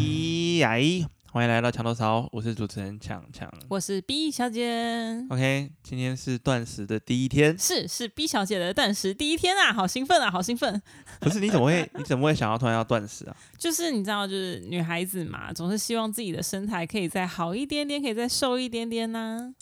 牙医，哎欢迎来到墙头草，我是主持人强强。我是 B 小姐， OK，今天是断食的第一天， 是是 B 小姐的断食第一天啊，好兴奋啊，好兴奋！不是？你怎么会你怎么会想要突然要断食啊？就是你知道，就是女孩子嘛，总是希望自己的身材可以再好一点点，可以再瘦一点点呐、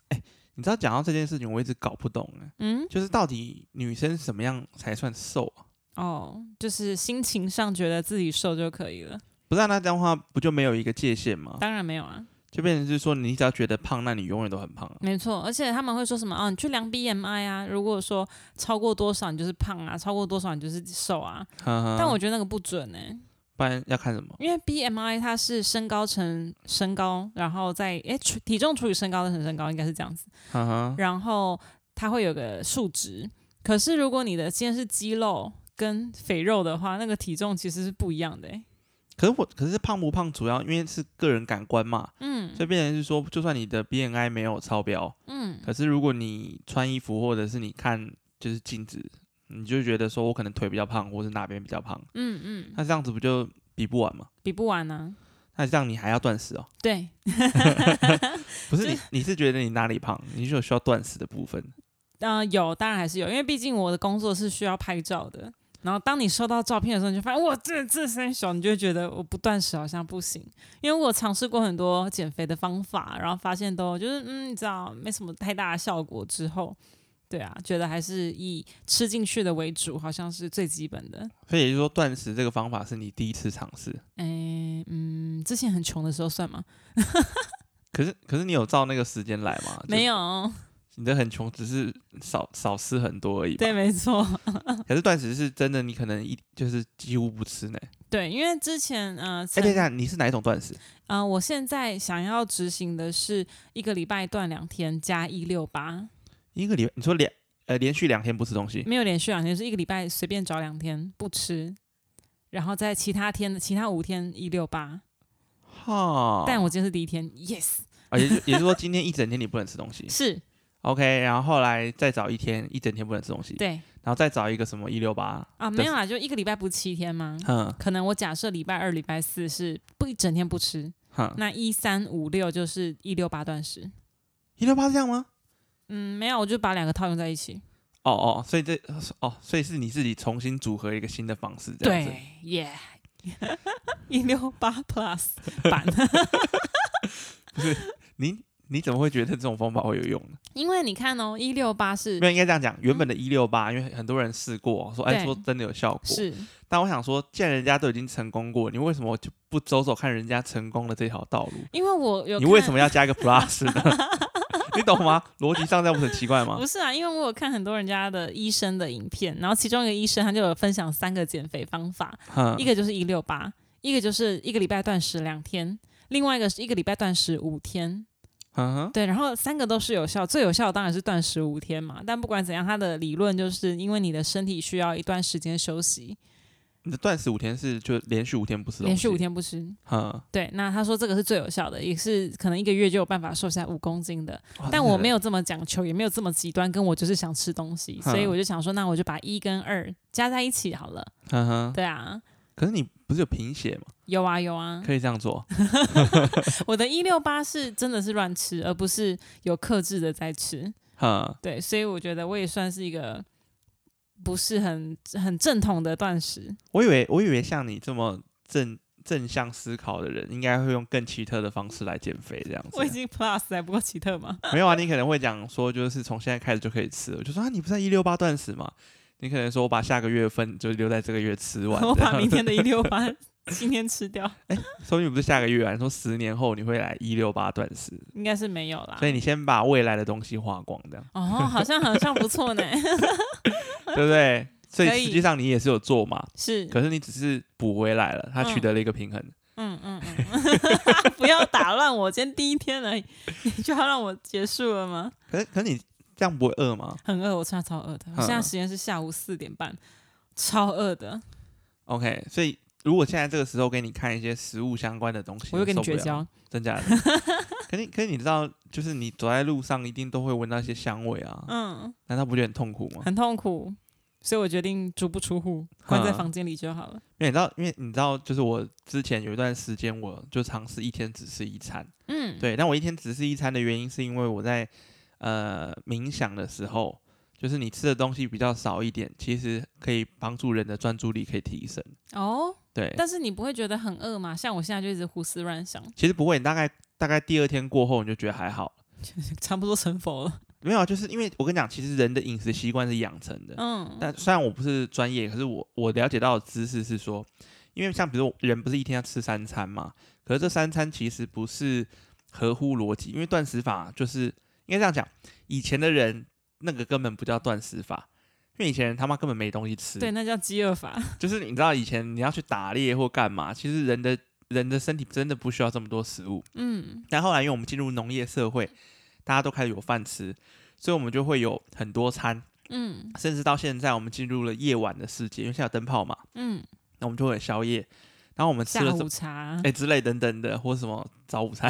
你知道讲到这件事情，我一直搞不懂哎，嗯，就是到底女生什么样才算瘦啊？哦，就是心情上觉得自己瘦就可以了，不然那这样的话不就没有一个界限吗？当然没有啊，就变成是说你只要觉得胖，那你永远都很胖啊。没错。而且他们会说什么啊？你去量 BMI 啊，如果说超过多少你就是胖啊，超过多少你就是瘦啊。哈哈但我觉得那个不准哎、不然要看什么？因为 BMI 它是身高乘身高，然后再诶除体重除以身高再乘身高，应该是这样子。哈哈，然后它会有个数值。可是如果你的今天是肌肉跟肥肉的话，那个体重其实是不一样的、欸。可是我可是胖不胖主要因为是个人感官嘛，嗯所以变成是说，就算你的 BMI 没有超标，嗯，可是如果你穿衣服或者是你看就是镜子，你就觉得说我可能腿比较胖，或是哪边比较胖，嗯嗯，那这样子不就比不完吗？比不完呢、那这样你还要断食哦？对，不是你，你是觉得你哪里胖，你就有需要断食的部分。呃，有，当然还是有，因为毕竟我的工作是需要拍照的。然后当你收到照片的时候，你就发现哇，这这身手，你就会觉得我不断食好像不行。因为我尝试过很多减肥的方法，然后发现都就是嗯，你知道没什么太大的效果。之后，对啊，觉得还是以吃进去的为主，好像是最基本的。所以也就是说，断食这个方法是你第一次尝试。诶，嗯，之前很穷的时候算吗？可是可是你有照那个时间来吗？没，有， 你的很穷，只是少少吃很多而已。对，，没错。 可是断食是真的，你可能一就是几乎不吃呢。对，因为之前呃，哎、曾等一下，你是哪一种断食？呃，我现在想要执行的是一个礼拜断两天加一六八，一个礼拜，你说两呃连续两天不吃东西，没有连续两天，是一个礼拜随便找两天不吃，然后在其他天其他五天一六八。哈，但我今天是第一天，yes，啊，也就也就是说，今天一整天你不能吃东西是，OK，然后后来再找一天，一整天不能吃东西，对然后再找一个什么一六八啊，没有啦，就一个礼拜不七天吗？哼可能我假设礼拜二、礼拜四是不一整天不吃，哼，那一三五六就是一六八断食。一六八这样吗？嗯，没有，我就把两个套用在一起。哦哦，所以这哦，所以是你自己重新组合一个新的方式，这样子。对，耶、 一六八 plus 版。你你怎么会觉得这种方法会有用呢？因为你看哦，一六八是嗯没有，应该这样讲，原本的一六八，因为很多人试过，说哎，对说真的有效果。是但我想说，既然人家都已经成功过，你为什么就不走走看人家成功的这条道路？因为我有你为什么么要加一 个 plus 呢？ 你懂吗？逻辑上这样不是很奇怪吗不？是啊？因为我有看很多人家的医生的影片，然后其中一个医生他就有分享三个减肥方法，哼一个就是一六八，一个就是一个礼拜断食两天，另外一个是一个礼拜断食五天。嗯哼，对，然后三个都是有效，最有效的当然是断食五天嘛。但不管怎样，它的理论就是因为你的身体需要一段时间休息，你的断食五天是就连续五天不吃东西，连续五，天不吃。嗯，对，那他说这个是最有效的，也是可能一个月就有办法瘦下五公斤的。哇哦但我没有，有这么讲求，也没有这么极端，跟我就是想吃东西，所以哼我就想说，那我就把一跟二加在一起好了。 嗯哼，对啊，可是你不是有贫血吗？有啊有啊，可以这样做，我的一六八是真的是乱吃，而不是有克制的在吃。嗯，对，所以我觉得我也算是一个不是很很正统的断食。我以为我以为像你这么正正向思考的人，应该会用更奇特的方式来减肥这样我已子。经 plus 还不够奇特吗？没有啊，你可能会讲说，就是从现在开始就可以吃了，我就说啊，你不是在一六八断食吗？你可能说我把下个月份就留在这个月吃完， 我这把样明子天的一六八 今天吃掉，说明不是下个月啊，你说十年后你会来一六八断食，应该是没有啦所。以你先把未来的东西花光，这样哦，好像好像不错呢， 对不对？所可以以实际上你也是有做嘛，是，可是你只是补回来了，它取得了一个平衡。嗯嗯嗯， 不要打乱我，今天第一天而已，你就要让我结束了吗？可是可是你这样不会饿吗很饿，我现在超饿的，我现在时间是下午四点半，超饿的， ？OK，所以如果现在这个时候给你看一些食物相关的东西，我又跟你受不绝了，交。真假的？ 可是可是你知道，就是你走在路上一定都会闻到一些香味啊，嗯，难道不觉得很痛苦吗？很痛苦，所以我决定足不出户，关在房间里就好了。因为你知道，因为你知道，就是我之前有一段时间，我就尝试一天只吃一餐。嗯，对，那我一天只吃一餐的原因，是因为我在呃冥想的时候，就是你吃的东西比较少一点，其实可以帮助人的专注力可以提升。哦，对，但是你不会觉得很饿吗？像我现在就一直胡思乱想，其实不会，你大概大概第二天过后，你就觉得还好。差不多成佛了。没有啊，就是因为我跟你讲，其实人的饮食习惯是养成的。嗯，但虽然我不是专业，可是我我了解到的知识是说，因为像比如说人不是一天要吃三餐嘛，可是这三餐其实不是合乎逻辑，因为断食法就是应该这样讲，以前的人那个根本不叫断食法，因为以前人他妈根本没东西吃，对，那叫饥饿法。就是你知道以前你要去打猎或干嘛，其实人的人的身体真的不需要这么多食物，嗯，但后来因为我们进入农业社会，大家都开始有饭吃，所以我们就会有很多餐。嗯甚至到现在，我们进入了夜晚的世界，因为现在有灯泡嘛，嗯，那我们就会有宵夜，然后我们吃下了什午么茶哎、。之类等等的，或什么早午 餐，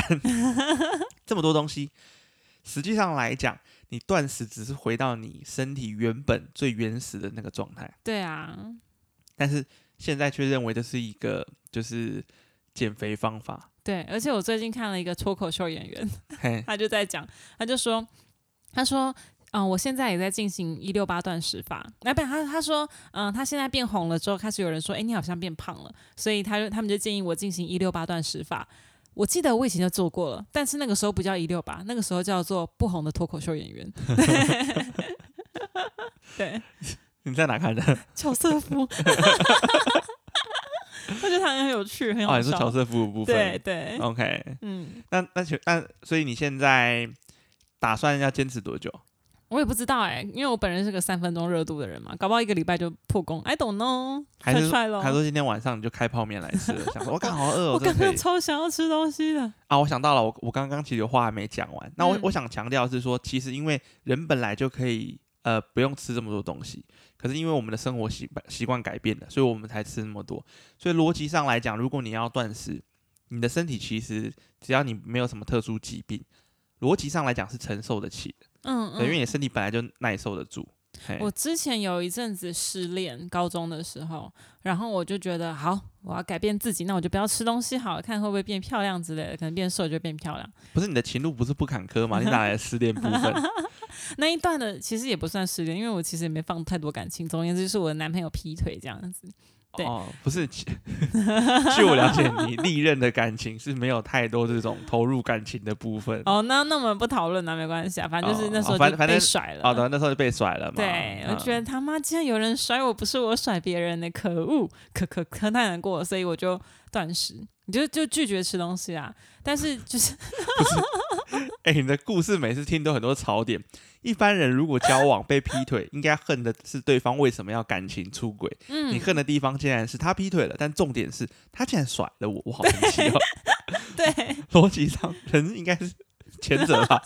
这么多东西，实际上来讲，你断食只是回到你身体原本最原始的那个状态，对啊，但是现在却认为这是一个就是减肥方 法，对，而且我最近看了一个脱口秀演员，嘿，他就在讲，他就说，他说。嗯、我现在也在进行一六八断食法。哎、不，他他说，嗯、他现在变红了之后，开始有人说，哎、你好像变胖了，所以他就他们就建议我进行一六八断食法。我记得我以前就做过了，但是那个时候不叫一六八，那个时候叫做不红的脱口秀演员。 对，你在哪看的？啊 乔瑟 夫，我觉得他很有趣，很，哦，好你笑。说乔瑟夫的部对分哦对， ，OK，嗯。那那请那所以你现在打算要坚持多久？我也不知道哎、因为我本人是个三分钟热度的人嘛，搞不好一个礼拜就破功。I don't know，还是快踹咯还说今天晚上你就开泡面来吃了？想说我刚好饿哦，哦我真的刚可以刚超想要吃东西的。啊，我想到了，我我刚刚其实有话还没讲完。那我、嗯我想强调的是说，其实因为人本来就可以呃不用吃这么多东西，可是因为我们的生活习习惯改变了，所以我们才吃那么多。所以逻辑上来讲，如果你要断食，你的身体其实只要你没有什么特殊疾病，逻辑上来讲是承受得起的，嗯对，因为嗯。你的身体本来就耐受得住。嘿我之前有一阵子失恋，高中的时候，然后我就觉得好，我要改变自己，那我就不要吃东西好了，看会不会变漂亮之类的，可能变瘦就变漂亮。不是你的情路不是不坎坷嘛？你哪来的失恋部 分？那一段的其实也不算失恋，因为我其实也没放太多感情，总而言之就是我的男朋友劈腿这样子。对哦，不是，其 据我了解，你历任的感情是没有太多这种投入感情的部分。哦，那那我们不讨论了，没关系啊，反正就是哦那时哦候反就反被正甩了。哦，对，那时候就被甩了嘛。嗯对，我觉得得他妈竟然有人甩我，不是我甩别人的，可恶，可可可太难过了，所以我就断食，你就就拒绝吃东西啊。但是就是哎、你的故事每次听都很多槽点。一般人如果交往被劈腿，应该恨的是对方为什么要感情出轨。 嗯你，恨的地方竟然是他劈腿了，但重点是他竟然甩了我，我好生气哦。 对， 逻辑上，人应该是前者吧。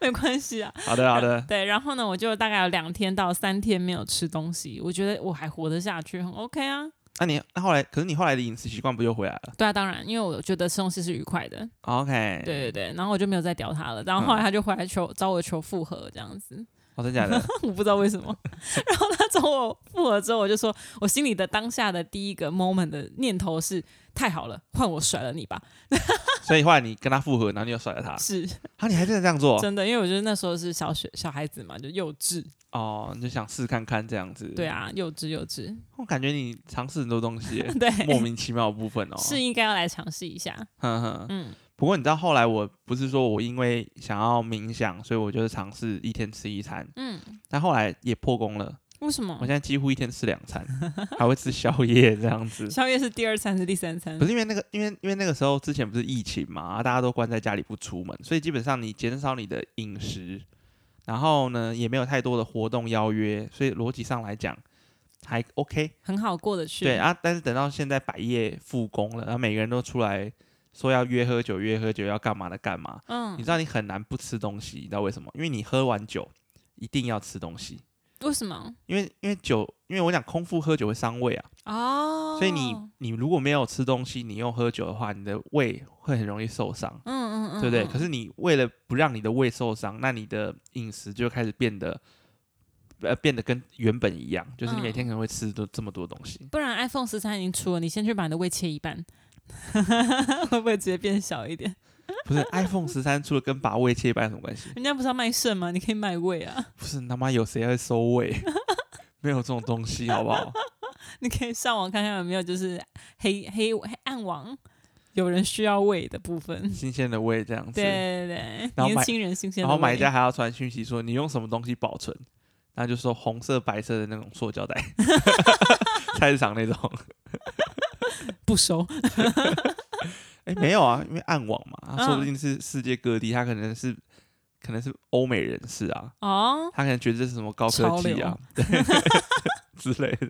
没关系啊。好的，好 的，对，然后呢，我就大概有两天到三天没有吃东西，我觉得我还活得下去，很 OK 啊。那你那后来，可是你后来的饮食习惯不又回来了对啊，当然，因为我觉得吃东西是愉快的， ？OK，对，嗯对对。然后我就没有再屌他了。然后后来他就回来求找我求复合，这样子。哦，真假的？我不知道为什么。 然后他找我复合之后，我就说，我心里的当下的第一个 moment 的念头是，太好了，换我甩了你吧。所以后来你跟他复合，然后你又甩了他，是啊，你还真的这样做？真的，因为我觉得那时候是小学小孩子嘛，就幼稚。哦，你就想试看看这样子？对，啊，幼稚幼稚，我感觉你尝试很多东西耶 ，对，莫名其妙的部分哦。是，应该要来尝试一下。哼哼。嗯不过你知道后来我不是说我因为想要冥想，所以我就是尝试一天吃一餐，嗯，但后来也破功了。为什么我现在几乎一天吃两餐，还会吃宵夜这样子。宵夜是第二餐是第三餐不？是因为那个，因为因为那个时候之前不是疫情嘛，啊大家都关在家里不出门，所以基本上你减少你的饮食，然后呢也没有太多的活动邀约，所以逻辑上来讲还 OK 很好过得去。对，啊。但是等到现在百业复工了，然后每个人都出来说要约喝酒，约喝酒要干嘛的干嘛，你嗯，知道你很难不吃东西，你知道为什么？因为你喝完酒一定要吃东西，为什么？因为因为酒，因为我讲空腹喝酒会伤胃啊。哦，所以你你如果没有吃东西，你又喝酒的话，你的胃会很容易受伤，嗯嗯嗯，对不对？嗯可是你为了不让你的胃受伤，那你的饮食就开始变得呃变得跟原本一样，就是你每嗯天可能会吃多这么多东西。不然 iPhone 十三已经出了，你先去把你的胃切一半， 会不会直接变小一点？不 是 iPhone 十三除了跟把胃切一半有什么关系？人家不是要卖肾吗？你可以卖胃啊， 不是他妈有谁会收胃？ 没有这种东西，好不好？你可以上网看看有没有就是黑黑黑暗网有人需要胃的部 分。新鲜的胃这样子，对对然对，后买年轻人新鲜然后的胃。买家还要传讯息说你用什么东西保存，那就说红色、白色的那种塑胶袋， 菜市场那种。不熟，哎、没有啊，因为暗网嘛，他说不嗯定是世界各地，他可能是可能是欧美人士啊，哦，他可能觉得这是什么高科潮技啊流 对之类的。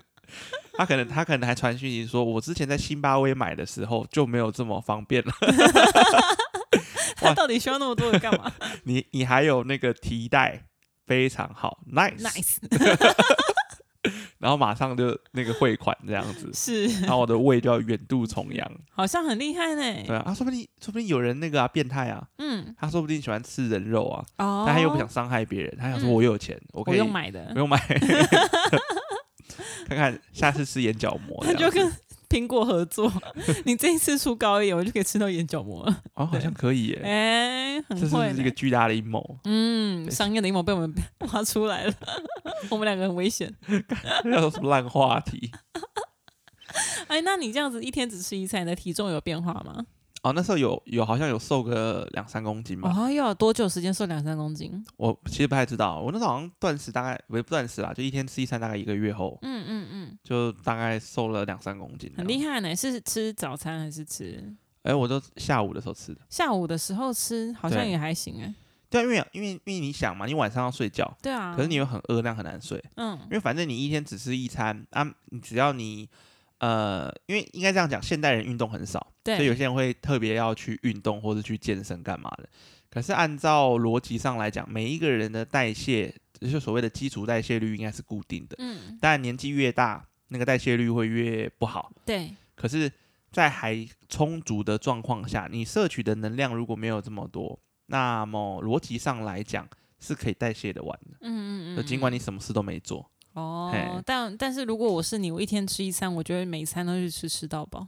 他可能他可能还传讯息说，我之前在辛巴威买的时候就没有这么方便了。他到底需要那么多的干 嘛你你还有那个提袋，非常好，nice。 ？Nice，，然后马上就那个汇款这样子 是然后我的胃就要远渡重洋。好像很厉害对呢。啊，啊说不定说不定有人那个啊变态啊，嗯，他说不定喜欢吃人肉啊，哦，但他又不想伤害别人，他想说嗯我有钱，我我可以用买的 不，用买， 看看下次吃眼角膜这他样子，就跟苹果合作， 你这一次出高一，我就可以吃到眼角膜了。哦好像可以耶，哎，很这是不会是一呢个。巨大的阴谋？ 嗯，对商业的阴谋被我们 挖出来了，我们两个很危险。这叫什么烂话题？哎，那你这样子一天只吃一餐，你的体重有变化吗？哦，那时候有有好像有瘦个两三公斤吧，哦，要有多久时间瘦两三公斤？我其实不太知道，我那时候好像断食大概不是断食啦，就一天吃一餐，大概一个月后嗯嗯嗯，就大概瘦了两三公斤，很厉害。害呢。是吃早餐还是吃哎、我都下午的时候吃的，下午的时候吃？好像对也还行哎。对啊，因为因为因为你想嘛，你晚上要睡觉，对啊，可是你又很饿，那样很难睡，嗯因为反正你一天只吃一餐啊，你只要你呃，因为应该这样讲，现代人运动很少，所以有对些人会特别要去运动或者去健身干嘛的。可是按照逻辑上来讲，每一个人的代谢，就是所谓的基础代谢率应该是固定的。嗯但年纪越大，那个代谢率会越不好。对可是，在还充足的状况下，你摄取的能量如果没有这么多，那么逻辑上来讲是可以代谢的完的。嗯嗯就嗯，尽管你你什么事都没做，嘿哦，但但是如果我是你，我一天吃一餐，我觉得每一餐都去吃吃到饱，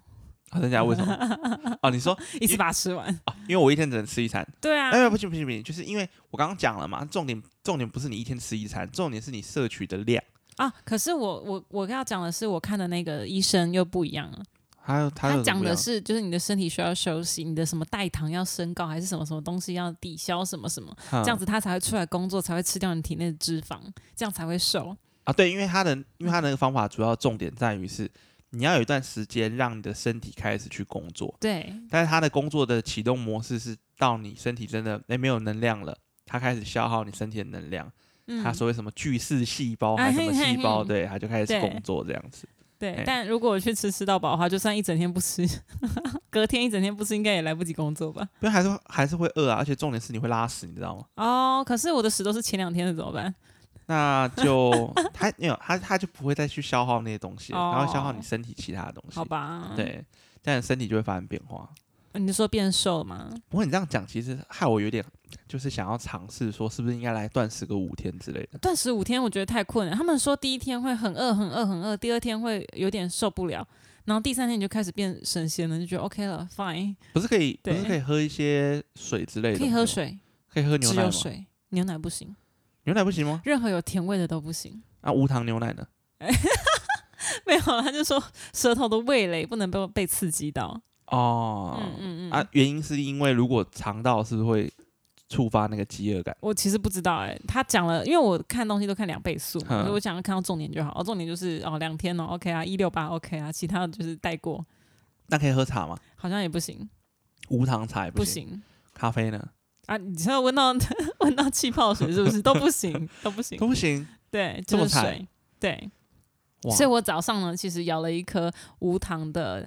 啊、人家为什么？ 哦，你说一次把它吃完。哦，因为我一天只能吃一餐。对啊，哎，不行不行不行，就是因为我刚刚讲了嘛，重点重点不是你一天吃一餐，重点是你摄取的量。啊，可是我我我要讲的是，我看的那个医生又不一样了。还有他他讲的是，就是你的身体需要休息，你的什么代糖要升高，还是什么什么东西要抵消什么什么，这这样子他才会出来工作，才会吃掉你体内的脂肪，这样才会瘦。啊，对，因为他的因为他那个方法主要重点在于是你要有一段时间让你的身体开始去工作，对，但是他的工作的启动模式是到你身体真的哎没有能量了，他开始消耗你身体的能量，嗯，他所谓什么巨噬细胞还啊是什么嘿嘿细胞，嘿对，他就开始对工作这样子。对哎。但如果我去吃吃到饱的话，就算一整天不吃， 隔天一整天不吃，应该也来不及工作吧？因为还是会还是会饿啊，而且重点是你会拉屎，你知道吗？哦，可是我的屎都是前两天的，怎么办？那就他没有他他就不会再去消耗那些东西了，然后消耗你哦身体其他的东西。好吧，，对，这样你身体就会发生变化。你说变瘦吗？不过你这样讲，其实害我有点就是想要尝试说，是不是应该来断食个五天之类的？断食五天我觉得太困了。他们说第一天会很饿很饿很饿，第二天会有点受不了，然后第三天你就开始变神仙了，就觉得 OK 了，fine，不是可以不对是可以喝一些水之类的？可以喝，水，可以喝牛只奶吗有？水，牛奶不行，牛奶不行吗？任何有甜味的都不行。 啊，无糖牛奶呢？没有，啊他就说舌头的味蕾不能被被刺激到。哦，嗯嗯嗯。啊，原因是因为如果肠道是不是会触发那个饥饿感？我其实不知道哎、他讲了，因为我看东西都看两倍速嘛，嗯所以我想要看到重点就好。哦，重点就是哦，两天哦，OK 啊，一六八 OK 啊，其他的就是带过，那可以喝茶吗？好像也不行，无糖茶也不不行，行咖啡呢啊！你知道闻到 闻到气泡水是不是都不行，都不行都，不行。对，这就么是惨水，对。哇所以我早上呢，其实咬了一颗无糖的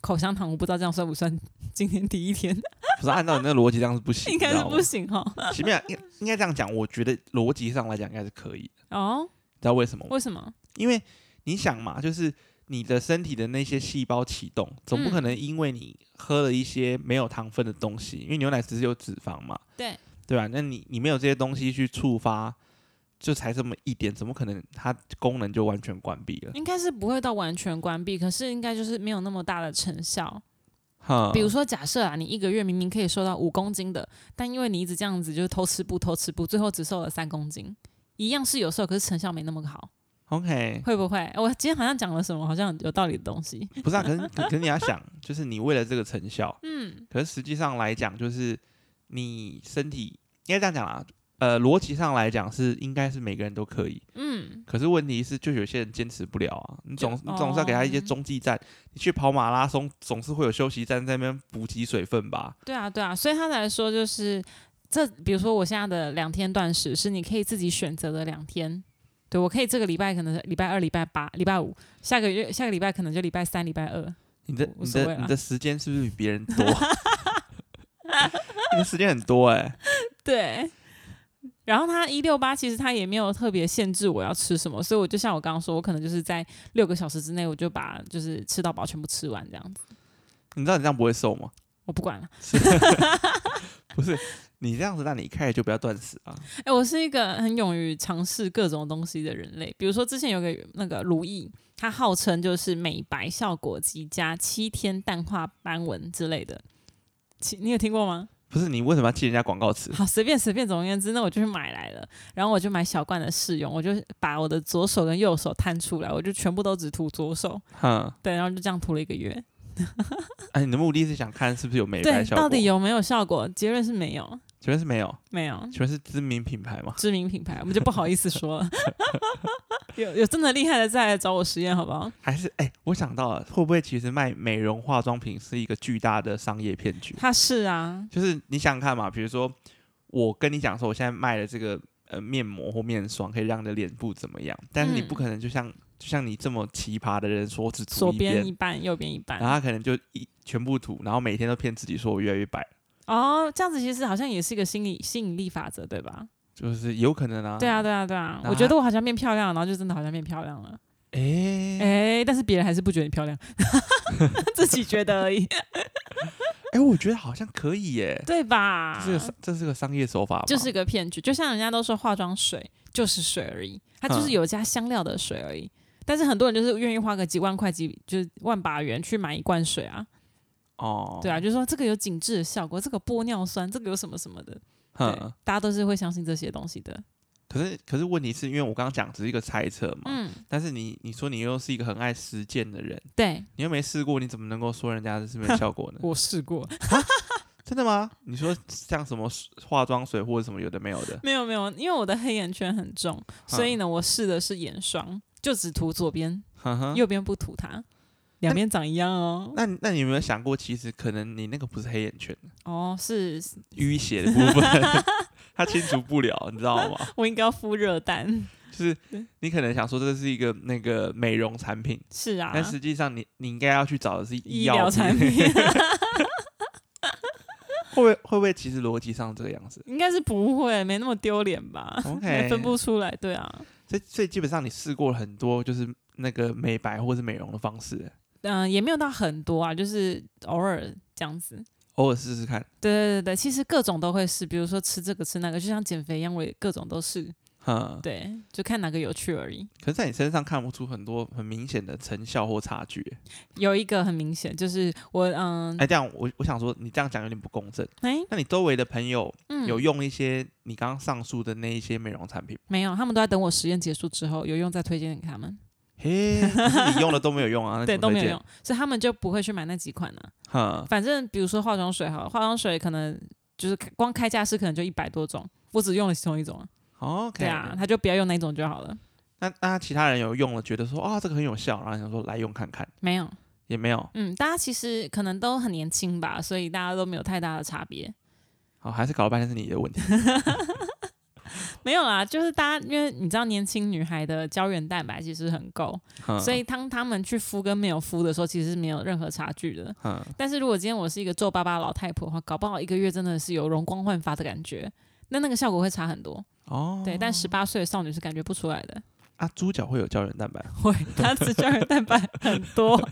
口香糖，我不知道这样算不算今天第一天，不是按照你那个逻辑，这样是不行， 应该你是知道吗不。行哈。前面应应该这样讲，我觉得逻辑上来讲应该是可以的，哦，知道为什么吗？为什么？因为你想嘛，就是你的身体的那些细胞启动，总不嗯可能因为你喝了一些没有糖分的东西，因为牛奶只是有脂肪嘛，对对吧？那你你没有这些东西去触发就才这么一点，怎么可能它功能就完全关闭了？应该是不会到完全关闭，可是应该就是没有那么大的成效。哈，比如说，假设啊，你一个月明明可以瘦到五公斤的，但因为你一直这样子就是偷吃不偷吃不，最后只瘦了三公斤，一样是有瘦，可是成效没那么好， ，OK，会不会？我今天好像讲了什么，好像有道理的东西。不是啊，可是可可是你要想，就是你为了这个成效，嗯，可是实际上来讲，就是你身体应该这样讲啦，呃，逻辑上来讲是应该是每个人都可以，嗯，可是问题是，就有些人坚持不了啊，你总就你总是要给他一些哦中继站，你去跑马拉松总是会有休息站在那边补给水分吧？对啊，对啊，所以他来说就是这，比如说我现在的两天断食是你可以自己选择的两天。对，我可以这个礼拜可能是礼拜二、礼拜八、礼拜五，下个月下个礼拜可能就礼拜三、礼拜二。你的无你所谓啊的啦你的时间是不是比别人多？啊 你的时间很多哎、对。然后他一六八，其实他也没有特别限制我要吃什么，所以我就像我刚刚说，我可能就是在六个小时之内，我就把就是吃到饱全部吃完这样子，你知道你这样不会瘦吗？ 我不管了。不是，你这样子，那你一开始就不要断食啊。哎，我是一个很勇于尝试各种东西的人类，比如说之前有个那个如意，他号称就是美白效果极佳，七天淡化斑纹之类的。其你有听过吗？不是，你为什么要记人家广告词？好，随便随便，总而言之，那我就去买来了，然后我就买小罐的试用，我就把我的左手跟右手摊出来，我就全部都只涂左手，哼，对，然后就这样涂了一个月，哎，你的目的是想看是不是有美白对，效果？到底有没有效果？结论是没有，请问是没有？没有。请问是知名品牌吗？知名品牌，我们就不好意思说了。 有有真的厉害的再来找我实验，好不好？还是哎、我想到了，会不会其实卖美容化妆品是一个巨大的商业骗局？他是啊，就是你想想看嘛，比如说我跟你讲说，我现在卖的这个呃面膜或面霜可以让你的脸部怎么样，但是你嗯不可能就像、就像你这么奇葩的人说只涂左一边边一，半，右边一半然。后他可能就一全部涂，然后每天都骗自己说我越来越白，哦，这样子其实好像也是一个心理吸引力法则，对吧？就是有可能啊。对啊，，对啊，对啊。那我觉得我好像变漂亮了，然后就真的好像变漂亮了。哎、哎、但是别人还是不觉得你 漂亮，自己觉得而已，哎、我觉得好像可以耶、对吧？这是个这是个商业手法吧？啊就是个骗局，就像人家都说化妆水就是水而已，它嗯就是有加香料的水而已。但是很多人就是愿意花个几万块、几就是万把元去买一罐水啊，哦，对啊，就是说这个有紧致的效果，这个玻尿酸，这个有什么什么的，对哼，，大家都是会相信这些东西的。可是可是问题是因为我刚刚讲只是一个猜测嘛，嗯，但是你你说你又是一个很爱实践的人，对你又没试过，你怎么能够说人家是没 有效果呢？我试过，真的吗？你说像什么水化妆水或者什么有的没有的，没有没有，因为我的黑眼圈很重，所以呢，我试的是眼霜，就只涂左边，哼哼。右边不涂它，两边长一样哦。那那你有没有想过，其实可能你那个不是黑眼圈， 哦，是淤血的部 分，它清除不了，你知道吗？我应该要敷热蛋， 就是你可能想说这是一个那个美容产品，是啊，但实际上你你应该要去找的是医药 疗产品， 会不会会不会其实逻辑上这个样子应该是不会，没那么丢脸 吧？OK，分不出来，对啊，所以所以基本上你试过了很多就是那个美白或是美容的方式，嗯、也没有到很多啊，就是偶尔这样子。偶尔试试看，对对对对，其实各种都会试，比如说吃这个吃那个，就像减肥一样，我也各种都试，哼。对，就看哪个有趣而已。可是在你身上看不出很多很明显的成效或差距。有一个很明显，就是我嗯，哎，这样我我想说，你这样讲有点不公正。哎、那你周围的朋友嗯，有用一些你刚刚上述的那一些美容产品吗？ 没有？他们都在等我实验结束之后有用再推荐给他们， 嘿，可是你用了都没有用啊，那对，怎都么没推有荐？哦用，啊所以他们就不会去买那几款了、哼，反正比如说化妆水好了，化妆水可能就是光开架式可能就一百多种，我只用了其中一种啊， OK，对啊，他就不要用那一种就好了。那那其他人有用了，觉得说啊这个很有效，然后想说来用看看，没有，也没有，嗯，大家其实可能都很年轻吧，所以大家都没有太大的差别。好、哦还是搞了半天是你的问题。没有啦，就是大家因为你知道年轻女孩的胶原蛋白其实很够， 哼所以当她们去敷跟没有敷的时候，其实是没有任何差距的。哼，但是如果今天我是一个皱巴巴的老太婆的话，搞不好一个月真的是有容光焕发的感觉，那那个效果会差很多。哦，对，但十八岁的少女是感觉不出来的，啊，猪脚会有胶原蛋白，哦会，她吃胶原蛋白很多。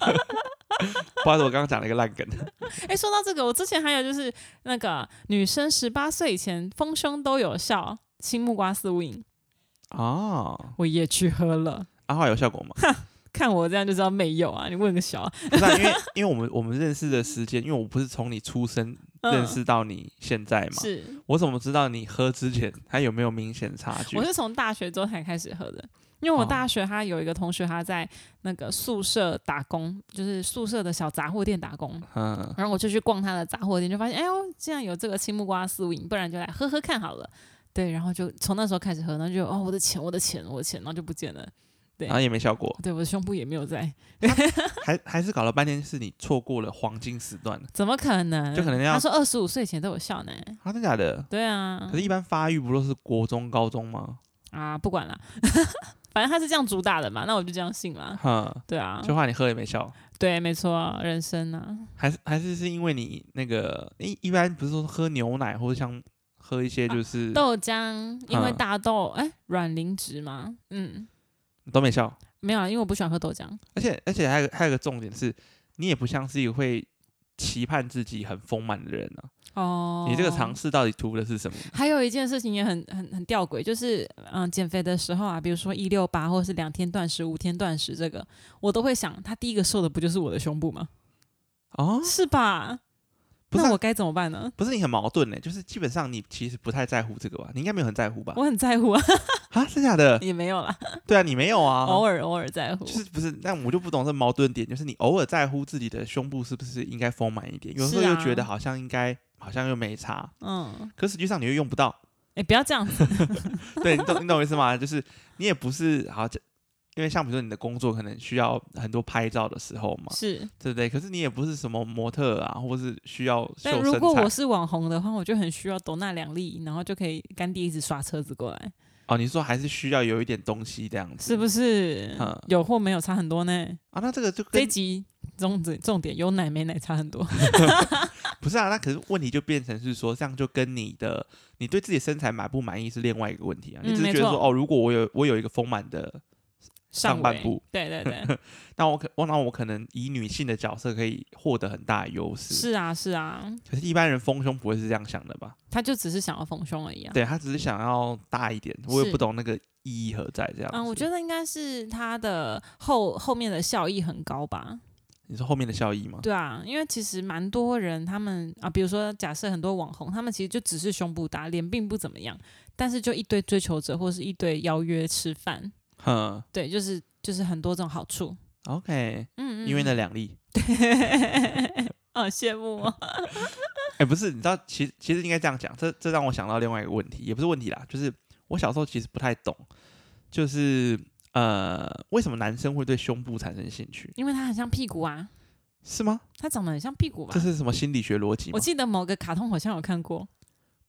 不好意思，我刚刚讲了一个烂梗。 哎、说到这个，我之前还有就是那个女生十八岁以前丰胸都有效，青木瓜丝无影。哦，我也去喝了。阿华有效果吗？ 看我这样就知道没有啊！你问个小啊，不是、啊， 因为因为我们我们认识的时间，因为我不是从你出生嗯认识到你现在嘛，是，我怎么知道你喝之前它有没有明显差距我？是从大学之后才开始喝的，因为我哦大学他有一个同学他在那个宿舍打工，就是宿舍的小杂货店打工，嗯，然后我就去逛他的杂货店，就发现哎呦，竟然有这个青木瓜丝饮，不然就来喝喝看好了。对，然后就从那时候开始喝，然后就哦，我的钱，我的钱，我的钱，然后就不见了。然后也没效果，对，我的胸部也没有在，还还是搞了半天是你错过了黄金时段，怎么可能？就可能要他说二十五岁前都有效呢。啊，真假的？对啊可，是，一般发育不都是国中、高中吗？啊，不管了， 反正他是这样主打的嘛，那我就这样信了。哼，对啊，就怕你喝也没效，对，没错啊，人生啊，还是还是是因为你那个一一般不是说喝牛奶或者像喝一些啊就是、豆浆，因为嗯大豆哎软磷脂嘛，嗯，都没效，没有啊，因为我不喜欢喝豆浆。而且而且还有还有个重点是，你也不像是一个会期盼自己很丰满的人啊。哦，你这个尝试到底图的是什么？还有一件事情也很很很吊诡，就是嗯，减肥的时候啊，比如说一六八或者是两天断食、五天断食，这个我都会想，他第一个瘦的不就是我的胸部吗？哦， 是吧？不是啊那我该怎么办呢？不是你很矛盾呢、欸就是基本上你其实不太在乎这个吧？你应该没有很在乎吧？我很在乎啊，啊，真假的？也没有啦，对啊，你没有啊，偶尔偶尔在乎就。是不是？但我就不懂这矛盾点，就是你偶尔在乎自己的胸部是不是应该丰满一点，有时候是啊又觉得好像应该好像又没差，嗯，可实际上你又用不到。哎，不要这样子，对你懂你懂我意思吗？就是你也不是好，这因为像比如说你的工作可能需要很多拍照的时候嘛， 是。对不对？可是你也不是什么模特儿啊，或是需要秀但身如果材我是网红的话，我就很需要抖那两粒，然后就可以干爹一直刷车子过来，哦。你说还是需要有一点东西这样子，是不是是？嗯有或没有差很多呢？啊？那这个就这一跟集重点重点有奶没奶差 很多。不是啊？那可是问题就变成是说，这样就跟你的你对自己身材满不满意是另外一个问题啊。你嗯只是没觉得错说哦，如果我有我有一个丰满的，上半围部，对对 对，那我可我那我可能以女性的角色可以获得很大的优势。，是啊，是啊，可是一般人丰胸不会是这样想的吧？他就只是想要丰胸而已啊。对他只是想要大一点，我也是不懂那个意义何在这样子。嗯，我觉得应该是他的后后面的效益很高吧。你说后面的效益吗？对啊，因为其实蛮多人他们啊，比如说假设很多网红，他们其实就只是胸部大，脸并不怎么样，但是就一堆追求者或是一堆邀约吃饭，哼对，就是就是很多这种好处。 ，OK，嗯嗯，因为呢，那两例，嗯啊，羡慕 哦。哎、不是，你知道，其实其实应该这样讲，这这让我想到另外一个问题，也不是问题啦，就是我小时候其实不太懂，就是呃，为什么男生会对胸部产生兴趣？因为它很像屁股啊，是吗？它长得很像屁股吧这？是什么心理学逻辑吗我？记得某个卡通好像有看过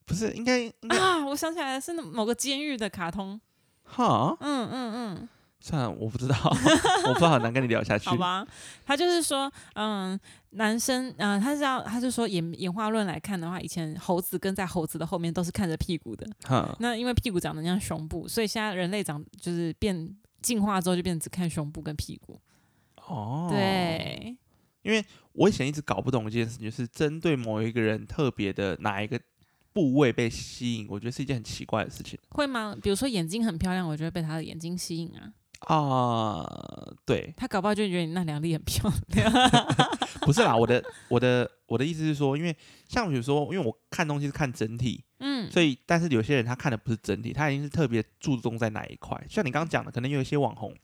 不是，应该应该啊，我想起来了是那某个监狱的卡通。哈，嗯嗯嗯，算了，我不知 道，我不知道，很难跟你聊下去。好吧，他就是说，嗯，男生，嗯、他是要，他就说演演化论来看的话，以前猴子跟在猴子的后面都是看着屁股的，哼，那因为屁股长得像胸部，所以现在人类长就是变进化之后就变只看胸部跟屁股，哦，。对，我以前一直搞不懂一件事情，就是针对某一个人特别的哪一个部位被吸引，我觉得是一件很奇怪的事情会吗？比如说眼睛很漂亮，我就会被他的眼睛吸引啊，啊、对，他搞不好就觉得你那两粒很漂亮，不是啦，我的我的我的意思是说，因为像比如说，因为我看东西是看整体，嗯，所以但是有些人他看的不是整体，他一定是特别注重在哪一块。像你刚刚讲的，可能有一些网红，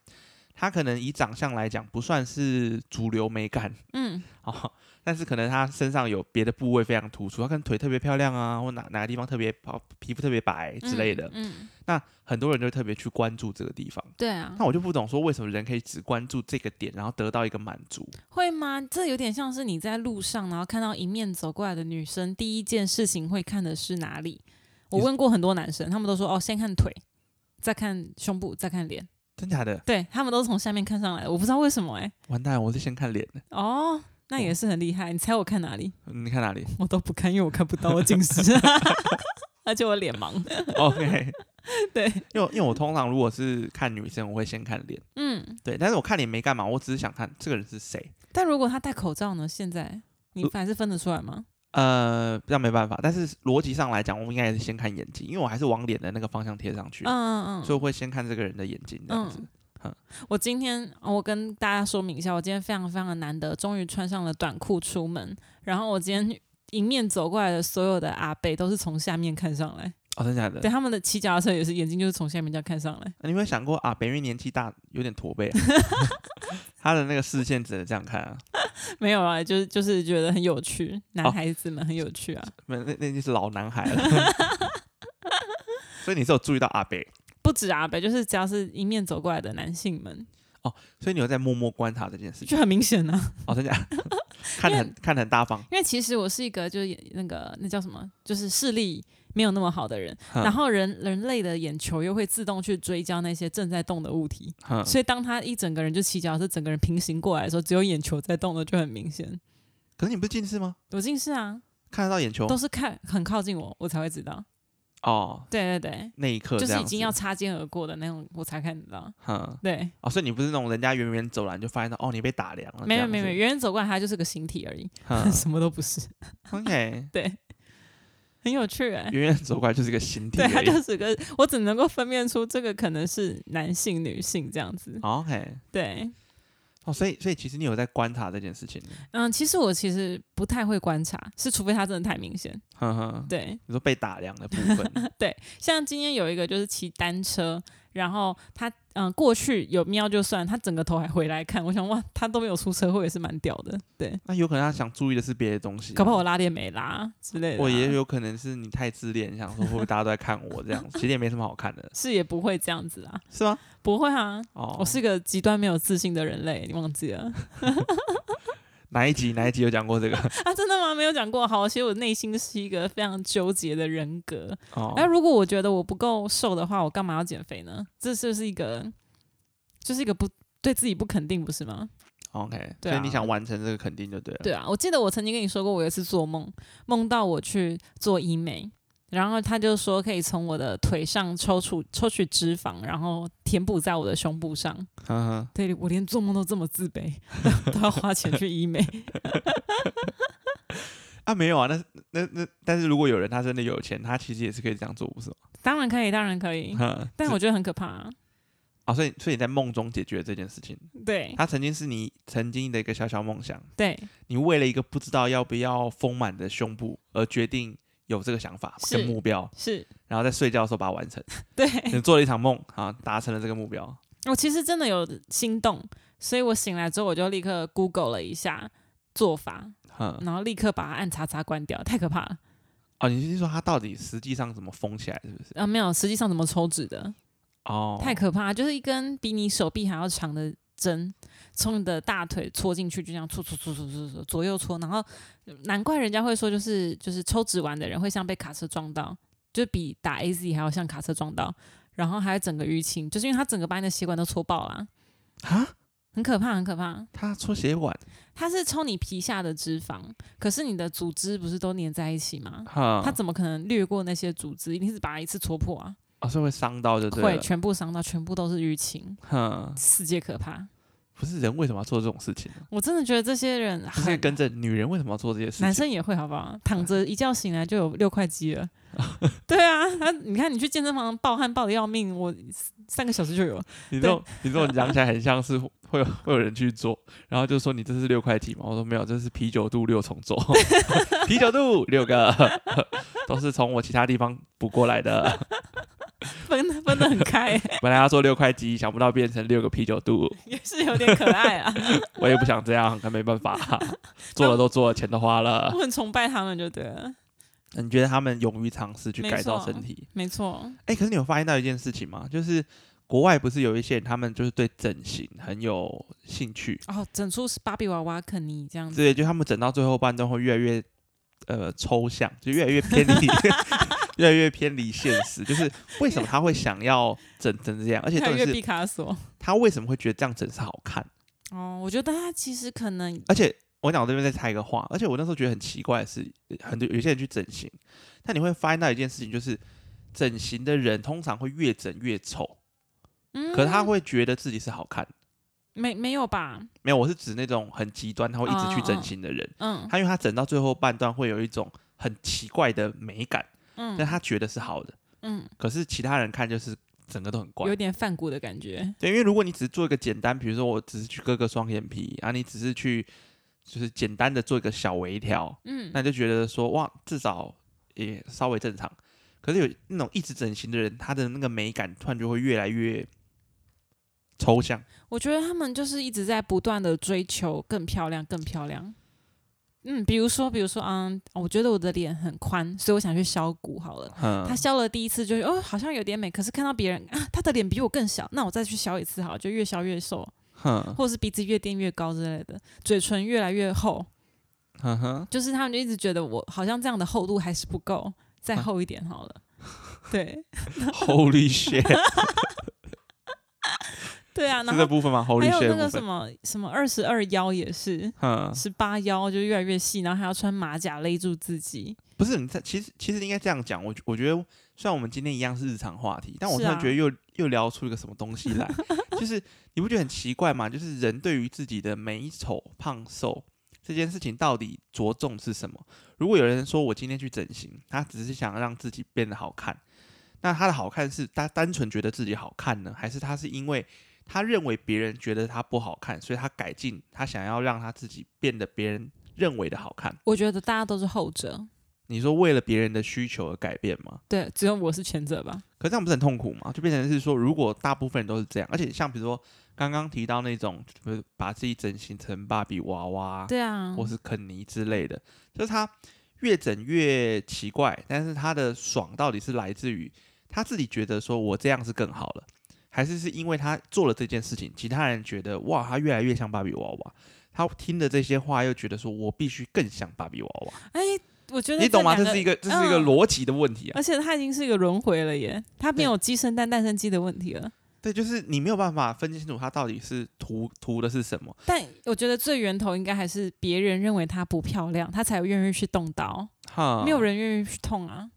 他可能以长相来讲不算是主流美感，嗯，哦， 但是可能他身上有别的部位非常突出，他可能腿特别漂亮啊，或哪哪个地方特别好，皮肤特别白之类的。嗯，嗯，那很多人就会特别去关注这个地方。对啊那，我就不懂说为什么人可以只关注这个点，然后得到一个满足。会吗？这有点像是你在路上，然后看到迎面走过来的女生，第一件事情会看的是哪里？我你是问过很多男生，他们都说哦，先看腿，再看胸部，再看脸。真假的？对他们都是从下面看上来的，我不知道为什么哎、完蛋，我是先看脸的。哦，那也是很厉害。你猜我看哪里？嗯你看哪里我都不看，因为我看不到，我近视， 而且我脸盲。 ？OK， 对，因为因为我通常如果是看女生，我会先看脸。嗯，对，但是我看脸没干嘛，我只是想看这个人是谁。但如果他戴口罩呢？现在你呃还是分得出来吗？呃，这样没办法。但是逻辑上来讲，我应该也是先看眼睛，因为我还是往脸的那个方向贴上去，嗯嗯所以嗯，我会先看这个人的眼睛这样子。我今天呃我跟大家说明一下，我今天非常非常的难得，终于穿上了短裤出门。然后我今天迎面走过来的所有的阿贝都是从下面看上来，哦，真的假的？对，他们的骑脚踏车也是眼睛就是从下面这样看上来。你有没有想过啊？北瑞年纪大，有点驼 背、啊，他的那个视线只能这样看啊。没有啊，就是就是觉得很有趣，男孩子们很有趣啊。没，那那就是老男孩 了。所以你是有注意到阿北，不止阿北，就是只要是迎面走过来的男性们，所以你有在默默观察这件事情。就很明显啊。哦，真假的？ 看得很看得很大方，因为其实我是一个就是眼那个那叫什么，就是视力没有那么好的人，嗯然后人人类的眼球又会自动去追焦那些正在动的物体，哼，所以当他一整个人就骑脚是整个人平行过来的时候，只有眼球在动的就很明显。可是你不是近视吗？我近视啊，看得到眼球都是看很靠近我，我才会知道。哦，对对对，那一刻就这是样已子经要擦肩而过的那种，我才看得到。哼对，哦，所以你不是那种人家远远走来你就发现到哦你被打量了，这没有样没有没有，子嗯远远走过来，他就是个形体而已，哼 什么都不是。 ，OK，对，很有趣哎、远远走过来就是个形体对，而已，他就是个，我只能够分辨出这个可能是男性、女性这样子。哦 OK，对，哦，所以所以其实你有在观察这件事情，嗯，其实我其实不太会观察，是除非他真的太明显。哼哼，对，你说被打量的部 分像今天有一个就是骑单车，然后他嗯过去有瞄就算，他整个头还回来看，我想哇，他都没有出车祸也是蛮屌啊的。对，那有可能他想注意的是别的东西啊，搞不好我拉链没拉之类的啊、我也有可能是你太自恋，想说会不会大家都在看我这样 子，其实也没什么好看的，是也不会这样子啊，是吗？不会啊，哦，我是个极端没有自信的人类，你忘记了 哪一集哪一集有讲过这 个？啊？真的吗？没有讲过。好，其实我内心是一个非常纠结的人格。哦那、，如果我觉得我不够瘦的话，我干嘛要减肥呢？这就是一个，就是一个不对自己不肯定，不是吗？哦 OK，对所以你啊想完成这个肯定就对了。对啊，我记得我曾经跟你说过，我有一次做梦，梦到我去做医美，然后他就说可以从我的腿上抽出抽取脂肪，然后填补在我的胸部上。嗯哼，对我连做梦都这么自卑， 都要花钱去医美。啊没有啊，那那那，但是如果有人他真的有钱，他其实也是可以这样做，不是吗？ 当然可以，当然可以，哼但是我觉得很可怕、啊。啊，所以所以你在梦中解决这件事情，对它曾经是你曾经的一个小小梦想，对，你为了一个不知道要不要丰满的胸部而决定有这个想法是跟目标，是，然后在睡觉的时候把它完成，对 你做了一场梦啊，达成了这个目标。我其实真的有心动，所以我醒来之后我就立刻 Google 了一下做法，嗯，然后立刻把它按叉叉关掉，太可怕了。哦，你是说它到底实际上怎么封起来，是不是？啊，没有，实际上怎么抽脂的，哦，太可怕，就是一根比你手臂还要长的针，从你的大腿戳进去，就这样戳戳戳戳戳戳，左右戳，然后呃难怪人家会说，就是就是抽脂完的人会像被卡车撞到，就比打 AZ 还要像卡车撞到，然后还有整个淤青，就是因为他整个把你的血管都戳爆了，啊，很可怕，很可怕。它戳血管，它是抽你皮下的脂肪，可是你的组织不是都粘在一起吗？哈，它怎么可能掠过那些组织？一定是把它一次戳破啊！哦，是会伤到就对会了。全部伤到，全部都是淤青，哼，世界可怕。不是人为什么要做这种事情呢？啊我真的觉得这些人不是很跟着女人为什么要做这些事情？啊男生也会好不好？躺着一觉醒来就有六块 肌了。对啊，他你看你去健身房暴汗暴的要命，我三个小时 就有了。你这种你这种讲起来很像是会有会有人去做，然后就说你这是六块体嘛？我说没有，这是啤酒肚六重 奏，啤酒肚六个都是从我其他地方补过来的。分分得很开、 本来要做六块鸡，想不到变成六个啤酒肚，也是有点可爱 啊。我也不想这样，但没办法， 做了都做了，钱都花了。我很崇拜他们就对了，你觉得他们勇于尝试去没改造错身体？没错。哎、可是你有发现到一件事情吗？就是国外不是有一些人，他们就是对整形很有兴趣，哦，整出是芭比娃娃肯尼这样子，对，就他们整到最后半段会越来越呃抽象，就越来越偏离， 越来越偏离现实。就是为什么他会想要整成这样？而且越来重越点是毕卡索。他为什么会觉得这样整是好看？哦，我觉得他其实可能而且我讲我这边再插一个话，而且我那时候觉得很奇怪的是，很多有些人去整形，但你会发现到一件事情，就是整形的人通常会越整越丑，嗯，可是他会觉得自己是好看的。没没有吧？没有，我是指那种很极端，他会一直去整形的人。嗯他因为他整到最后半段会有一种很奇怪的美感，但嗯他觉得是好的，嗯，可是其他人看就是整个都很怪有。点泛古的感觉。对，因为如果你只是做一个简单，比如说我只是去割个双眼皮啊，你只是去就是简单的做一个小微调，嗯那就觉得说哇，至少也稍微正常。可是有那种一直整形的人，他的那个美感突然就会越来越抽象。我觉得他们就是一直在不断的追求更漂亮、更漂亮。嗯，比如说，比如说，嗯，我觉得我的脸很宽，所以我想去削骨好了。嗯他，削了第一次就是哦，好像有点美，可是看到别人啊，他的脸比我更小，那我再去削一次好了，就越削越瘦，嗯哼或者是鼻子越垫越高之类的，嘴唇越来越厚，哼哼，就是他们就一直觉得我好像这样的厚度还是不够，再嗯厚一点好了。 对 Holy shit！对 啊，然是这后部分吗？Holy 还有 shit 那的个部什分。么什么二十二腰也是。嗯，十八腰就越来越细，然后还要穿马甲勒住自己。不是，你在其实其实应该这样讲，我我觉得虽然我们今天一样是日常话题，但我是突然啊觉得又、又聊出一个什么东西来，就是你不觉得很奇怪吗？就是人对于自己的美丑胖瘦这件事情到底着重是什么？如果有人说我今天去整形，他只是想让自己变得好看，那他的好看是他单纯觉得自己好看呢，还是他是因为他认为别人觉得他不好看，所以他改进，他想要让他自己变得别人认为的好看？我觉得大家都是后者，你说为了别人的需求而改变吗？对，只有我是前者吧。可这样不是很痛苦吗？就变成是说，如果大部分人都是这样，而且像比如说刚刚提到那种，就是把自己整形成芭比娃娃，对啊，或是肯尼之类的，就是他越整越奇怪，但是他的爽到底是来自于他自己觉得说我这样是更好了，还是是因为他做了这件事情，其他人觉得哇，他越来越像芭比娃娃，他听了这些话又觉得说我必须更像芭比娃娃，哎，我觉得你懂吗？这这两是一个这是一个嗯逻辑的问题啊。而且它已经是一个轮回了耶，它没有鸡生蛋蛋生鸡的问题了。对，就是你没有办法分清楚它到底是图图的是什么。但我觉得最源头应该还是别人认为它不漂亮，他才愿意去动刀，哈，没有，人愿意去痛啊。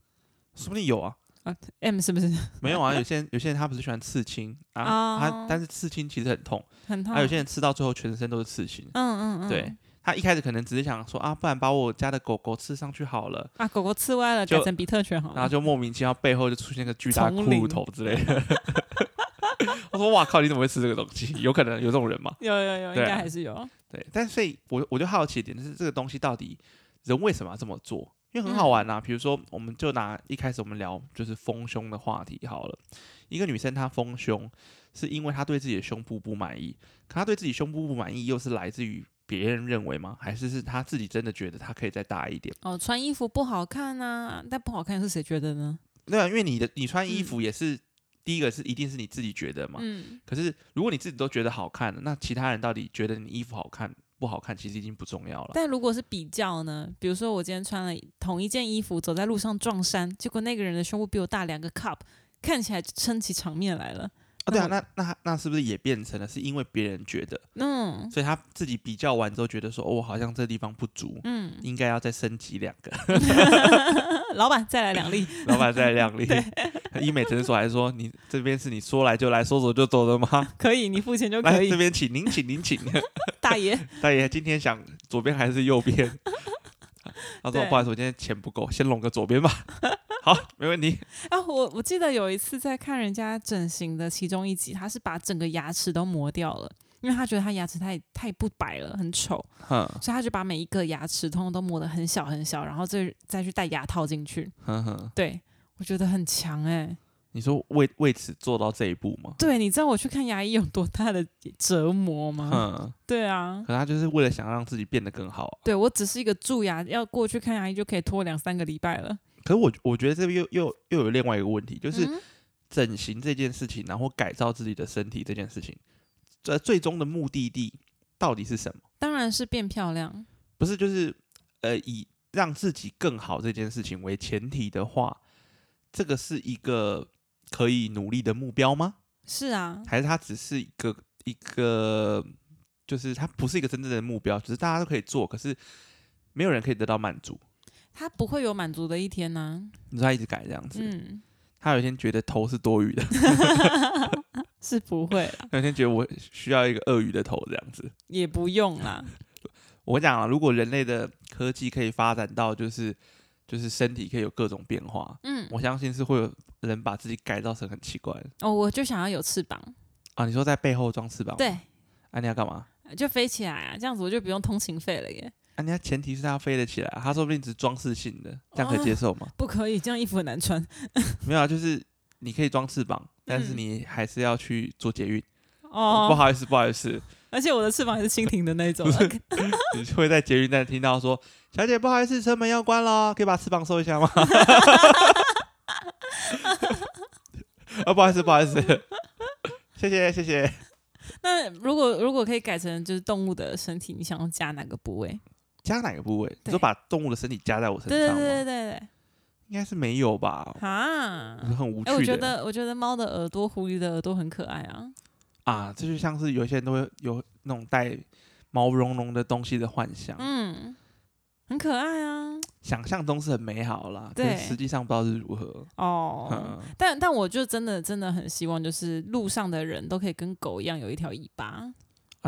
说不定有啊，啊，M 是不是 没有啊？有些人有些人他不是喜欢刺青啊，他哦但是刺青其实很痛，很痛？啊还、有些人刺到最后全身都是刺青。嗯嗯嗯，对他一开始可能只是想说啊，不然把我家的狗狗刺上去好了，啊，狗狗刺歪了，就改成比特犬好然后了。就莫名其妙背后就出现个巨大的骷丛髅林头之类的。 我说哇靠，你怎么会吃这个东西？有可能有这种人吗？有有有，应对啊该还是有。对，但所以我我就好奇一点，就是这个东西到底人为什么要这么做？因为很好玩呐、比如说，我们就拿一开始我们聊就是丰胸的话题好了。一个女生她丰胸，是因为她对自己的胸部不满意，可她对自己胸部不满意，又是来自于别人认为吗？还是是她自己真的觉得她可以再大一点？哦，穿衣服不好看啊，但不好看是谁觉得呢？对啊，因为你的你穿衣服也是、第一个是一定是你自己觉得嘛。嗯，可是如果你自己都觉得好看了，那其他人到底觉得你衣服好看不好看，其实已经不重要了。但如果是比较呢？比如说我今天穿了同一件衣服，走在路上撞衫，结果那个人的胸部比我大两个 cup，看起来就撑起场面来了。啊，对啊，那那那那是不是也变成了是因为别人觉得，嗯所以他自己比较完之后觉得说，哦，我好像这地方不足，嗯，啊应该要再升级两个，老板再来 两粒，老板再量力。医美诊所还说，你这边是你说来就来，说走就走的 吗？可以，你付钱就可来这以。边请，您请，您请。 大爷，大爷今天想左边还是右边？ 他说对不好意思，我今天钱不够，先拢个左边吧。 好，没问题。啊，我我记得有一次在看人家整形的其中一集，他是把整个牙齿都磨掉了，因为他觉得他牙齿太太不白了，很丑，哼所以他就把每一个牙齿通通都磨得很小很小，然后再再去戴牙套进去。哼哼，对我觉得很强哎、你说为为此做到这一步吗？对，你知道我去看牙医有多大的折磨吗？哼，对啊，可他就是为了想让自己变得更好啊对我只是一个蛀牙，要过去看牙医就可以拖两三个礼拜了。可是我我觉得这边又又又有另外一个问题，就是嗯整形这件事情，然后改造自己的身体这件事情，这最终的目的地到底是什么？当然是变漂亮。不是就是呃以让自己更好这件事情为前提的话，这个是一个可以努力的目标吗？是啊，还是它只是一个一个，就是它不是一个真正的目标，只是大家都可以做，可是没有人可以得到满足。他不会有满足的一天呐、你说他一直改这样子，嗯，他有一天觉得头是多余的， 是不会啦，那天觉得我需要一个鳄鱼的头这样子。也不用啦。我讲啊，如果人类的科技可以发展到就是就是身体可以有各种变化，嗯，我相信是会有人把自己改造成很奇怪的哦，我就想要有翅膀，啊。你说在背后装翅膀？。对，啊，你要干嘛？就飞起来啊，这样子我就不用通勤费了耶。啊，你要前提是它飞得起来啊，它说不定只是装饰性哦的，这样可以接 受吗？不可以，这样衣服很难穿。没有啊，就是你可以装翅膀，但是嗯你还是要去做捷运。不哦，好意思，不好意思，而且我的翅膀也是蜻蜓的那种不。是你就会在捷运站听到说：“小姐，不好意思，车门要关了，哦可以把翅膀收一下吗？” 啊，不好意思，不好意思，谢谢，谢谢。那如果如果可以改成就是动物的身体，你想要加哪个部位？加哪个部位？你对说把动物的身体加在我身对对上吗？对对对应该是没有吧，对，啊我！是很无哎、我趣觉的、得我觉得猫的耳朵、狐狸的耳朵很可爱啊。啊。这就像是有些人都会有那种带毛茸茸的东西的幻想，嗯，很可爱啊。想象中是很美好啦，对但实际上不知道是如何。哦，嗯，但但我就真的真的很希望，就是路上的人都可以跟狗一样有一条尾巴。啊，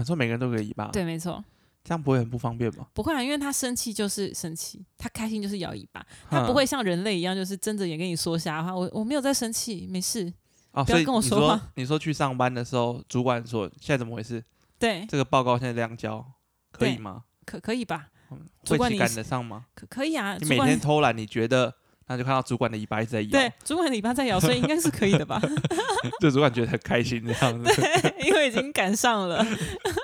你说每个人都有个尾巴，，对，没错，这样不会很不方便吗？不会啊，因为它生气就是生气，它开心就是摇尾啊巴，它嗯不会像人类一样就是睁着眼跟你说瞎话。我我没有在生气，没事。哦，不所要以跟我你说说话你说去上班的时候，主管说现在怎么回事？对，这个报告现在量交可以对吗？可可以吧？嗯主会管期你赶是得上吗？可可以啊，你主每管天偷懒，你觉得那就看到主管的尾巴一直在摇， 对，主管的尾巴在摇，所以应该是可以的吧？就主管觉得很开心这样子 对， 因为已经赶上了。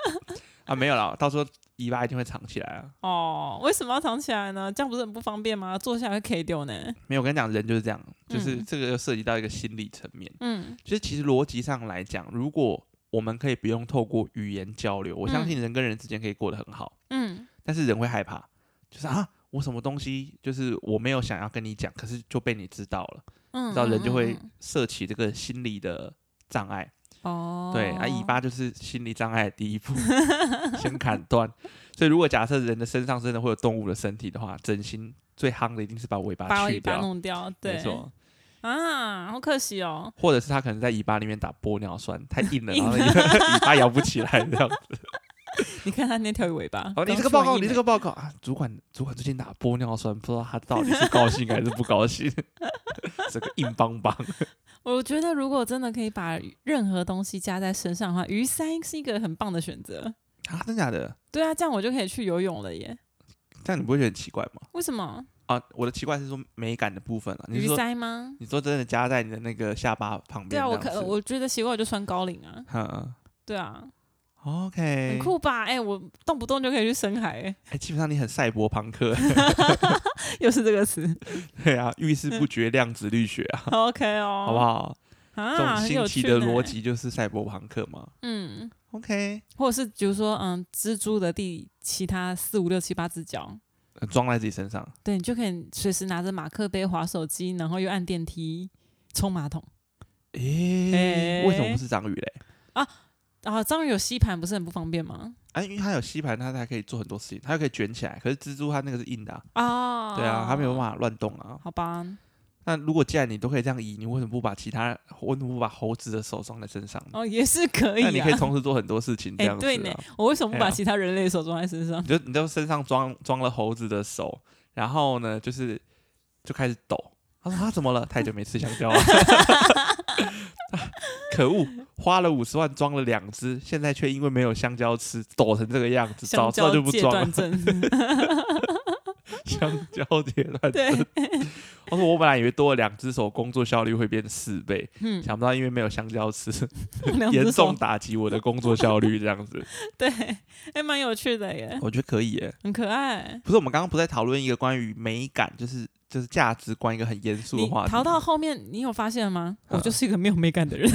啊，没有啦，到时候尾巴一定会藏起来啊。哦，为什么要藏起来呢？这样不是很不方便吗？坐下来会 K 掉呢。没有，我跟你讲，人就是这样，就是嗯这个又涉及到一个心理层面。嗯其实，其实逻辑上来讲，如果我们可以不用透过语言交流，我相信人跟人之间可以过得很好。嗯，但是人会害怕，就是啊，我什么东西就是我没有想要跟你讲，可是就被你知道了，嗯知道人就嗯会嗯设起这个心理的障碍。嗯哦，对，啊，尾巴就是心理障碍的第一步， 先砍断。所以，如果假设人的身上真的会有动物的身体的话，整形最夯的一定是把尾把巴尾去巴掉，弄掉，对，没错。啊，好可惜哦。 或者是他可能在尾巴里面打玻尿酸，太硬了，硬然后了那个 尾巴摇不起来这样。你看他那条尾巴，哦，你刚这个去报完告，医你这美个报告啊，主管主管最近打玻尿酸，不知道他到底是高兴还是不高兴， 整个硬邦邦。我觉得如果真的可以把任何东西加在身上的话，鱼鳃是一个很棒的选择。啊，真假的？对啊，这样我就可以去游泳了耶。这样你不会觉得很奇怪吗？为什么？啊，我的奇怪是说美感的部分啊，你鱼是说鳃吗？你说真的夹在你的那个下巴旁边这对啊，样我子？可我觉得奇怪，我就穿高领啊。嗯对啊， ，OK，很酷吧？哎、我动不动就可以去深海、哎，哎、基本上你很赛博朋克， 又是这个词。对啊，遇事不决量子力学啊， OK 哦，好不？好？这啊，种很新有奇趣的呢逻，辑就是赛博朋克嘛。嗯， OK，或者是比如说，嗯，蜘蛛的第其他四五六七八只脚，呃装在自己身上，对你就可以随时拿着马克杯划手机，然后又按电梯冲马桶。诶、哎为什么不是章鱼嘞？啊，章鱼有吸盘不是很不方便吗？啊，因为它有吸盘，它才可以做很多事情，它可以卷起来。可是蜘蛛它那个是硬的、啊，啊，对啊，它没有办法乱动啊。好吧，那如果既然你都可以这样移，你为什么不把其他，为什么不把猴子的手装在身上呢？哦，也是可以、啊。那你可以同时做很多事情，这哎、样子、啊对呢， 我为什么不哎把呀其他人类的手装在身上你？就你就身上装装了猴子的手，然后呢，就是就开始抖。他说他怎么了？太久没吃香 蕉了，啊可恶！花了五十万装了两只，现在却因为没有香蕉吃，抖成这个样子，香 早知道就蕉不戒装了断。症， 香蕉铁乱对，我说我本来以为多了两只手，工作效率会变四倍，嗯，想不到因为没有香蕉吃，两严只手重，打击我的工作效率。这样子，对，还、蛮有趣的耶， 我觉得可以耶。很可爱。不是我们刚刚不是在讨论一个关于美感，就是就是价值观一个很严肃的你话题。逃到后面，你有发现吗？嗯我就是一个没有美感的人。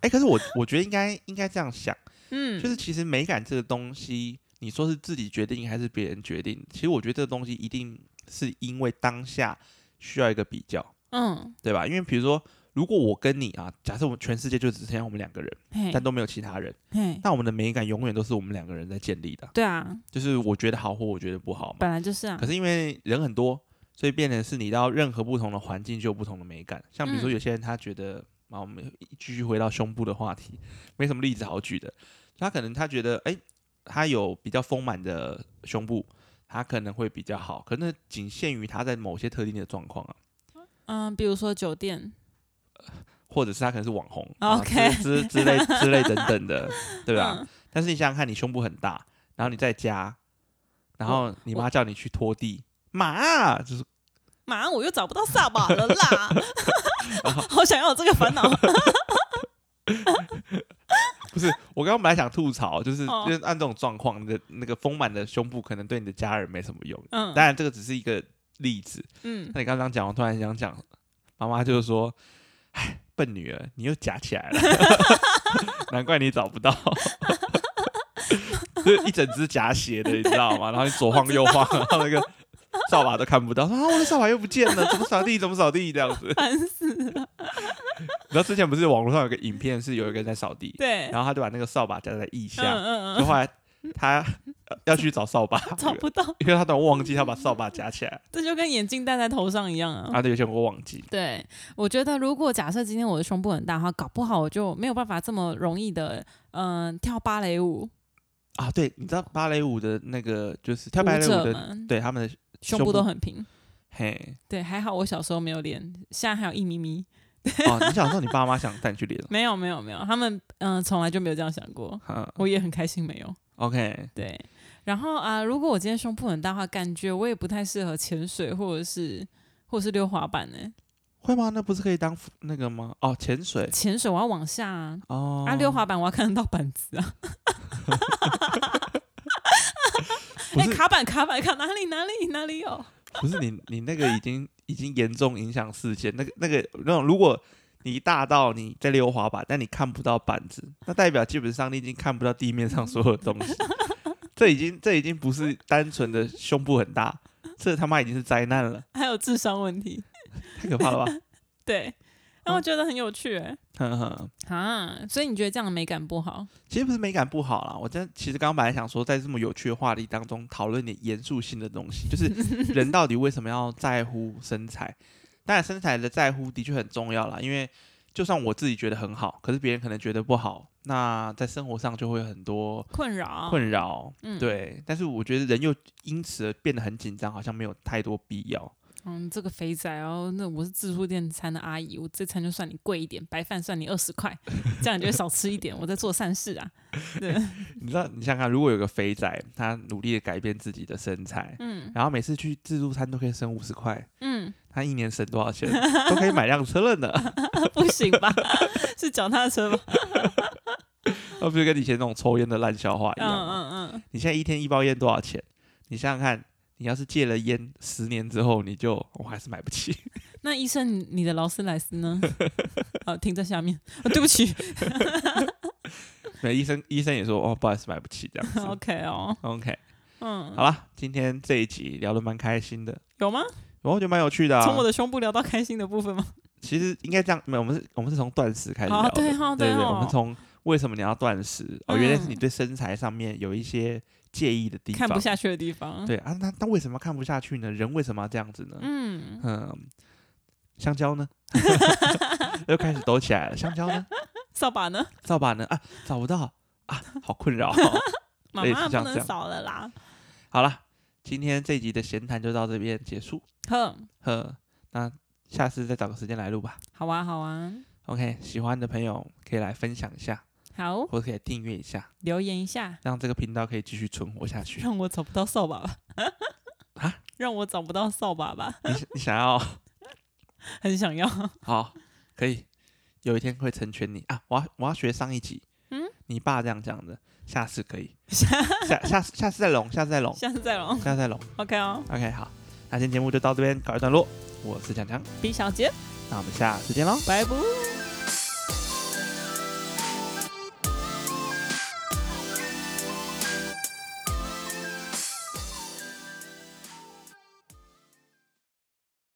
哎、可是我我觉得应该应该这样想，嗯，就是其实美感这个东西，你说是自己决定还是别人决定？其实我觉得这个东西一定是因为当下需要一个比较，嗯，对吧？因为比如说，如果我跟你啊，假设我们全世界就只剩下我们两个人。嘿但，都没有其他人。嘿，那我们的美感永远都是我们两个人在建立的，对啊，就是我觉得好或我觉得不好嘛。本来就是啊可，是因为人很多，所以变成是你到任何不同的环境就有不同的美感。像比如说嗯有些人他觉得啊，我们继续回到胸部的话题，没什么例子好举的。他可能他觉得，哎、他有比较丰满的胸部，他可能会比较好，可能仅限于他在某些特定的状况啊，嗯，比如说酒店，或者是他可能是网红啊 OK 之之之类之类等等的，对吧、嗯但是你想想看，你胸部很大，然后你在家，然后你妈叫你去拖地，妈，就是马上我又找不到扫把了 啦，好想要有这个烦恼。不是？我刚刚本来想吐槽，就是、哦就是按这种状况，你的那个丰满的胸部可能对你的家人没什么用。嗯当然，这个只是一个例子。嗯，那你刚刚讲，我突然想讲，妈妈就是说，哎，笨女儿，你又夹起来了， 难怪你找不到。 就是一整只夹斜的，你知道吗？然后你左晃右晃，然后那个扫把都看不到，说啊，我的扫把又不见了，怎么扫地？怎么扫地？这样子。烦死 了。然后之前不是网络上有个影片，是有一个人在扫地，对，然后他就把那个扫把夹在腋嗯下，嗯就嗯，后来他呃要去找扫把， 找不嗯到，因为他突然忘记他把扫把夹起来，这就跟眼镜戴在头上一样啊。啊，对，有些人会忘记。对，我觉得如果假设今天我的胸部很大的话，搞不好我就没有办法这么容易的，嗯、跳芭蕾舞，啊，对，你知道芭蕾舞的那个就是跳舞芭蕾舞者的，们对他们的胸胸部都部很平。嘿对，还好我小时候没有练，现在还有一咪咪。哦，你小时候你爸妈想带你去练哦，没有没有没有，他们嗯、呃从来就没有这样想过，啊我也很开心没有。 ，OK，对，然后啊、如果我今天胸部很大的话，感觉我也不太适合潜水或者是或者是溜滑板呢、会吗？那不是可以当辅那个吗？哦，潜水潜水我要往下啊，哦，啊溜滑板我要看得到板子啊， 不哎、是卡板卡板卡哪里哪里哪里有？不是你你那个已经已经严重影响视线，那个那个那种如果。你大到你在溜滑板，但你看不到板子，那代表基本上你已经看不到地面上所有的东 西。这已经这已经不是单纯的胸部很大，这他妈已经是灾难了，还有智商问题，太可怕了吧！ 哦对，那我觉得很有趣、欸、哼哼，啊，所以你觉得这样的美感不好？其实不是美感不好啦，我真其实刚刚本来想说，在这么有趣的话题当中讨论点严肃性的东西，就是人到底为什么要在乎身材？当然，身材的在乎的确很重要啦，因为就算我自己觉得很好，可是别人可能觉得不好，那在生活上就会有很多困扰，困扰。嗯，对，但是我觉得人又因此而变得很紧张，好像没有太多必要。嗯，这个肥仔哦，那我是自助点餐的阿姨，我这餐就算你贵一点，白饭算你二十块，这样你就会少吃一点。我在做善事啊，对，你知道，你想想看，如果有个肥仔，他努力的改变自己的身材，嗯然后每次去自助餐都可以省五十块，嗯，他一年省多少钱，都可以买辆车了呢。 不行吧？ 是脚踏车吧？那不是跟以前那种抽烟的烂笑话一嗯样吗？嗯嗯，你现在一天一包烟多少钱？你想想看，你要是戒了烟十年之后，你就我还是买不 起。那医生，你你的劳斯莱斯呢？ 好，停在下面。哦、对不起那医生医生也说哦，不好意思，买不起这样子。 ，OK 哦， OK，嗯，好啦，今天这一集聊得蛮开心的，有吗？我觉得蛮有趣的、 啊。从我的胸部聊到开心的部分吗？其实应该这样，没有，我们是我们是从断食开始聊好的，对哦对对哦我们从为什么你要断食哦，原来是嗯你对身材上面有一些介意的地方，看不下去的地方，，对啊，那那为什么看不下去呢？人为什么要这样子呢？嗯，嗯，香蕉呢？ 又开始抖起来了。香蕉呢？扫把呢？扫把呢？啊，找不到啊，好困扰哦、 妈类似妈像不这能样扫了啦。好了，今天这集的闲谈就到这边结束。呵，呵，那下次再找个时间来录吧。好啊，好啊， OK，喜欢的朋友可以来分享一下，好，或者可以订阅一下，留言一下。让这个频道可以继续存活下去。 让我找不到扫把吧。啊， 让我找不到扫把吧，你你想要很想要。好，可以，有一天会成全你啊！我要我要学上一集，嗯，你爸这样讲的，下次可 以，下下次下次再拢，下次再拢，下次再聊。下次再拢。 OK 哦 OK，好，那今天节目就到这边告一段落。我是强强， ，B 小姐，那我们下次见喽，拜拜。